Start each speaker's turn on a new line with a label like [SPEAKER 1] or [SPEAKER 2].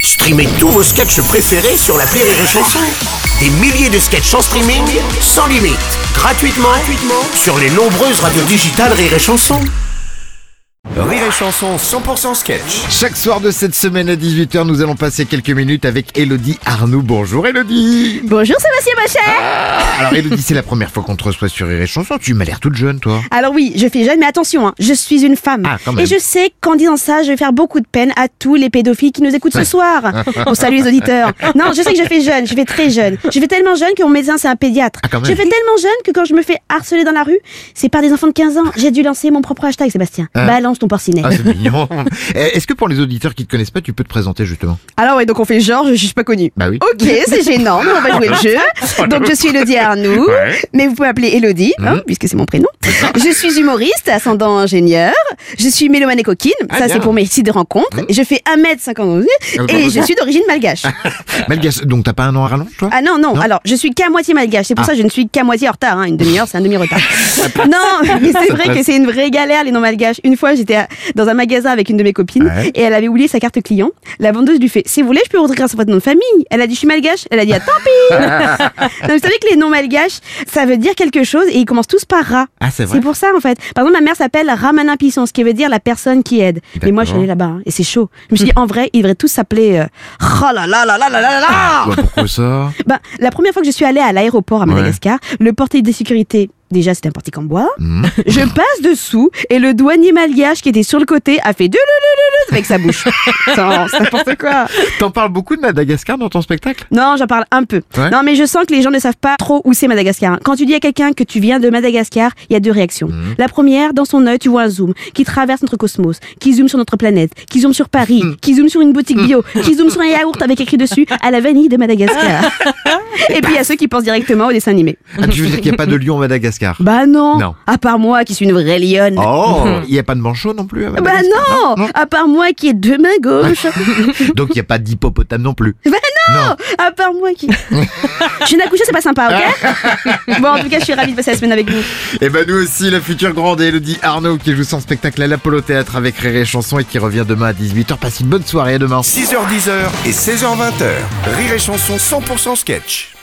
[SPEAKER 1] Streamez tous vos sketchs préférés sur la Rire et Chanson. Des milliers de sketchs en streaming, sans limite, gratuitement, gratuitement sur les nombreuses radios digitales Rire et Chanson. Rire et Chanson 100% sketch.
[SPEAKER 2] Chaque soir de cette semaine à 18h, nous allons passer quelques minutes avec Elodie Arnoux. Bonjour Elodie
[SPEAKER 3] Bonjour Sébastien Bochet
[SPEAKER 2] Alors Elodie, c'est la première fois qu'on te reçoit sur Rire et Chanson. Tu m'as l'air toute jeune, toi.
[SPEAKER 3] Alors oui, je fais jeune, mais attention, hein, je suis une femme.
[SPEAKER 2] Ah, quand même.
[SPEAKER 3] Et je sais qu'en disant ça, je vais faire beaucoup de peine à tous les pédophiles qui nous écoutent ce soir. On salue les auditeurs. Non, je sais que je fais jeune, je fais très jeune. Je fais tellement jeune que mon médecin, c'est un pédiatre.
[SPEAKER 2] Ah, quand même.
[SPEAKER 3] je fais tellement jeune que quand je me fais harceler dans la rue, c'est par des enfants de 15 ans. J'ai dû lancer mon propre hashtag, Sébastien. Balance ton porcinet.
[SPEAKER 2] Ah, c'est mignon. Euh, Est-ce que pour les auditeurs qui te connaissent pas, tu peux te présenter justement
[SPEAKER 3] Alors ouais, donc on fait genre, je suis pas connue.
[SPEAKER 2] Bah oui.
[SPEAKER 3] Ok, c'est gênant, mais on va jouer le jeu. Donc je suis Elodie Arnoux, mais vous pouvez m'appeler Elodie, hein,
[SPEAKER 2] Mhm.
[SPEAKER 3] puisque c'est mon prénom. Je suis humoriste, ascendant ingénieur. Je suis mélomane et coquine, ça
[SPEAKER 2] Ah, bien. Mhm.
[SPEAKER 3] c'est pour mes sites de rencontres. Je fais 1m52
[SPEAKER 2] Ah, bah,
[SPEAKER 3] et
[SPEAKER 2] bah,
[SPEAKER 3] je suis d'origine malgache.
[SPEAKER 2] Malgache, donc t'as pas un nom à rallonge, toi
[SPEAKER 3] Ah non, non, alors je suis qu'à moitié malgache,
[SPEAKER 2] Ah.
[SPEAKER 3] c'est pour ça que je ne suis qu'à moitié en retard, hein. une demi-heure c'est un demi-retard. non, mais c'est vrai que c'est une vraie galère les non malgaches. Une fois j'étais à- dans un magasin avec une de mes copines
[SPEAKER 2] Ouais.
[SPEAKER 3] et elle avait oublié sa carte client. La vendeuse lui fait Si vous voulez, je peux vous écrire sur votre nom de famille. Elle a dit Je suis malgache. Elle a dit Ah, tant pis Non, mais Vous savez que les noms malgaches, ça veut dire quelque chose et ils commencent tous par Ra.
[SPEAKER 2] Ah, c'est vrai.
[SPEAKER 3] pour ça en fait. Par exemple, ma mère s'appelle Ramana Pisson, ce qui veut dire la personne qui aide. Mais moi je suis allée là-bas hein, et c'est chaud. Je me suis dit En vrai, ils devraient tous s'appeler. euh, Oh là là là là là là là là
[SPEAKER 2] Bah, Pourquoi ça
[SPEAKER 3] ben, la première fois que je suis allée à l'aéroport à
[SPEAKER 2] Ouais.
[SPEAKER 3] Madagascar, le portail des sécurités, déjà c'était un portique en bois, je passe dessous et le douanier malgache qui était sur le côté a fait de avec sa bouche. Attends, c'est n'importe quoi.
[SPEAKER 2] T'en parles beaucoup de Madagascar dans ton spectacle
[SPEAKER 3] Non, j'en parle un peu.
[SPEAKER 2] Ouais.
[SPEAKER 3] Non, mais je sens que les gens ne savent pas trop où c'est Madagascar. Quand tu dis à quelqu'un que tu viens de Madagascar, il y a deux réactions.
[SPEAKER 2] Mhm.
[SPEAKER 3] La première, dans son œil, tu vois un zoom qui traverse notre cosmos, qui zoome sur notre planète, qui zoome sur Paris,
[SPEAKER 2] Mhm.
[SPEAKER 3] qui zoome sur une boutique bio, qui zoome sur un yaourt avec écrit dessus à la vanille de Madagascar. Et puis il y a ceux qui pensent directement au dessin animé.
[SPEAKER 2] Ah, Tu veux dire qu'il n'y a pas de lion à Madagascar
[SPEAKER 3] Bah non.
[SPEAKER 2] Non.
[SPEAKER 3] À part moi qui suis une vraie lionne.
[SPEAKER 2] Oh Il n'y a pas de manchot non plus à
[SPEAKER 3] Bah
[SPEAKER 2] Madagascar
[SPEAKER 3] non, À part moi qui ai deux mains gauches
[SPEAKER 2] Donc il n'y a pas d'hippopotame non plus.
[SPEAKER 3] Bah non, À part moi qui... je suis une accouchée, c'est pas sympa, ok Bon, en tout cas, je suis ravie de passer la semaine avec vous.
[SPEAKER 2] Et ben nous aussi, la future grande Elodie Arnaud qui joue son spectacle à l'Apollo Théâtre avec Rire et Chanson et qui revient demain à 18h. Passe une bonne soirée à demain.
[SPEAKER 1] 6h10 et 16h20. Rire et Chanson 100% sketch.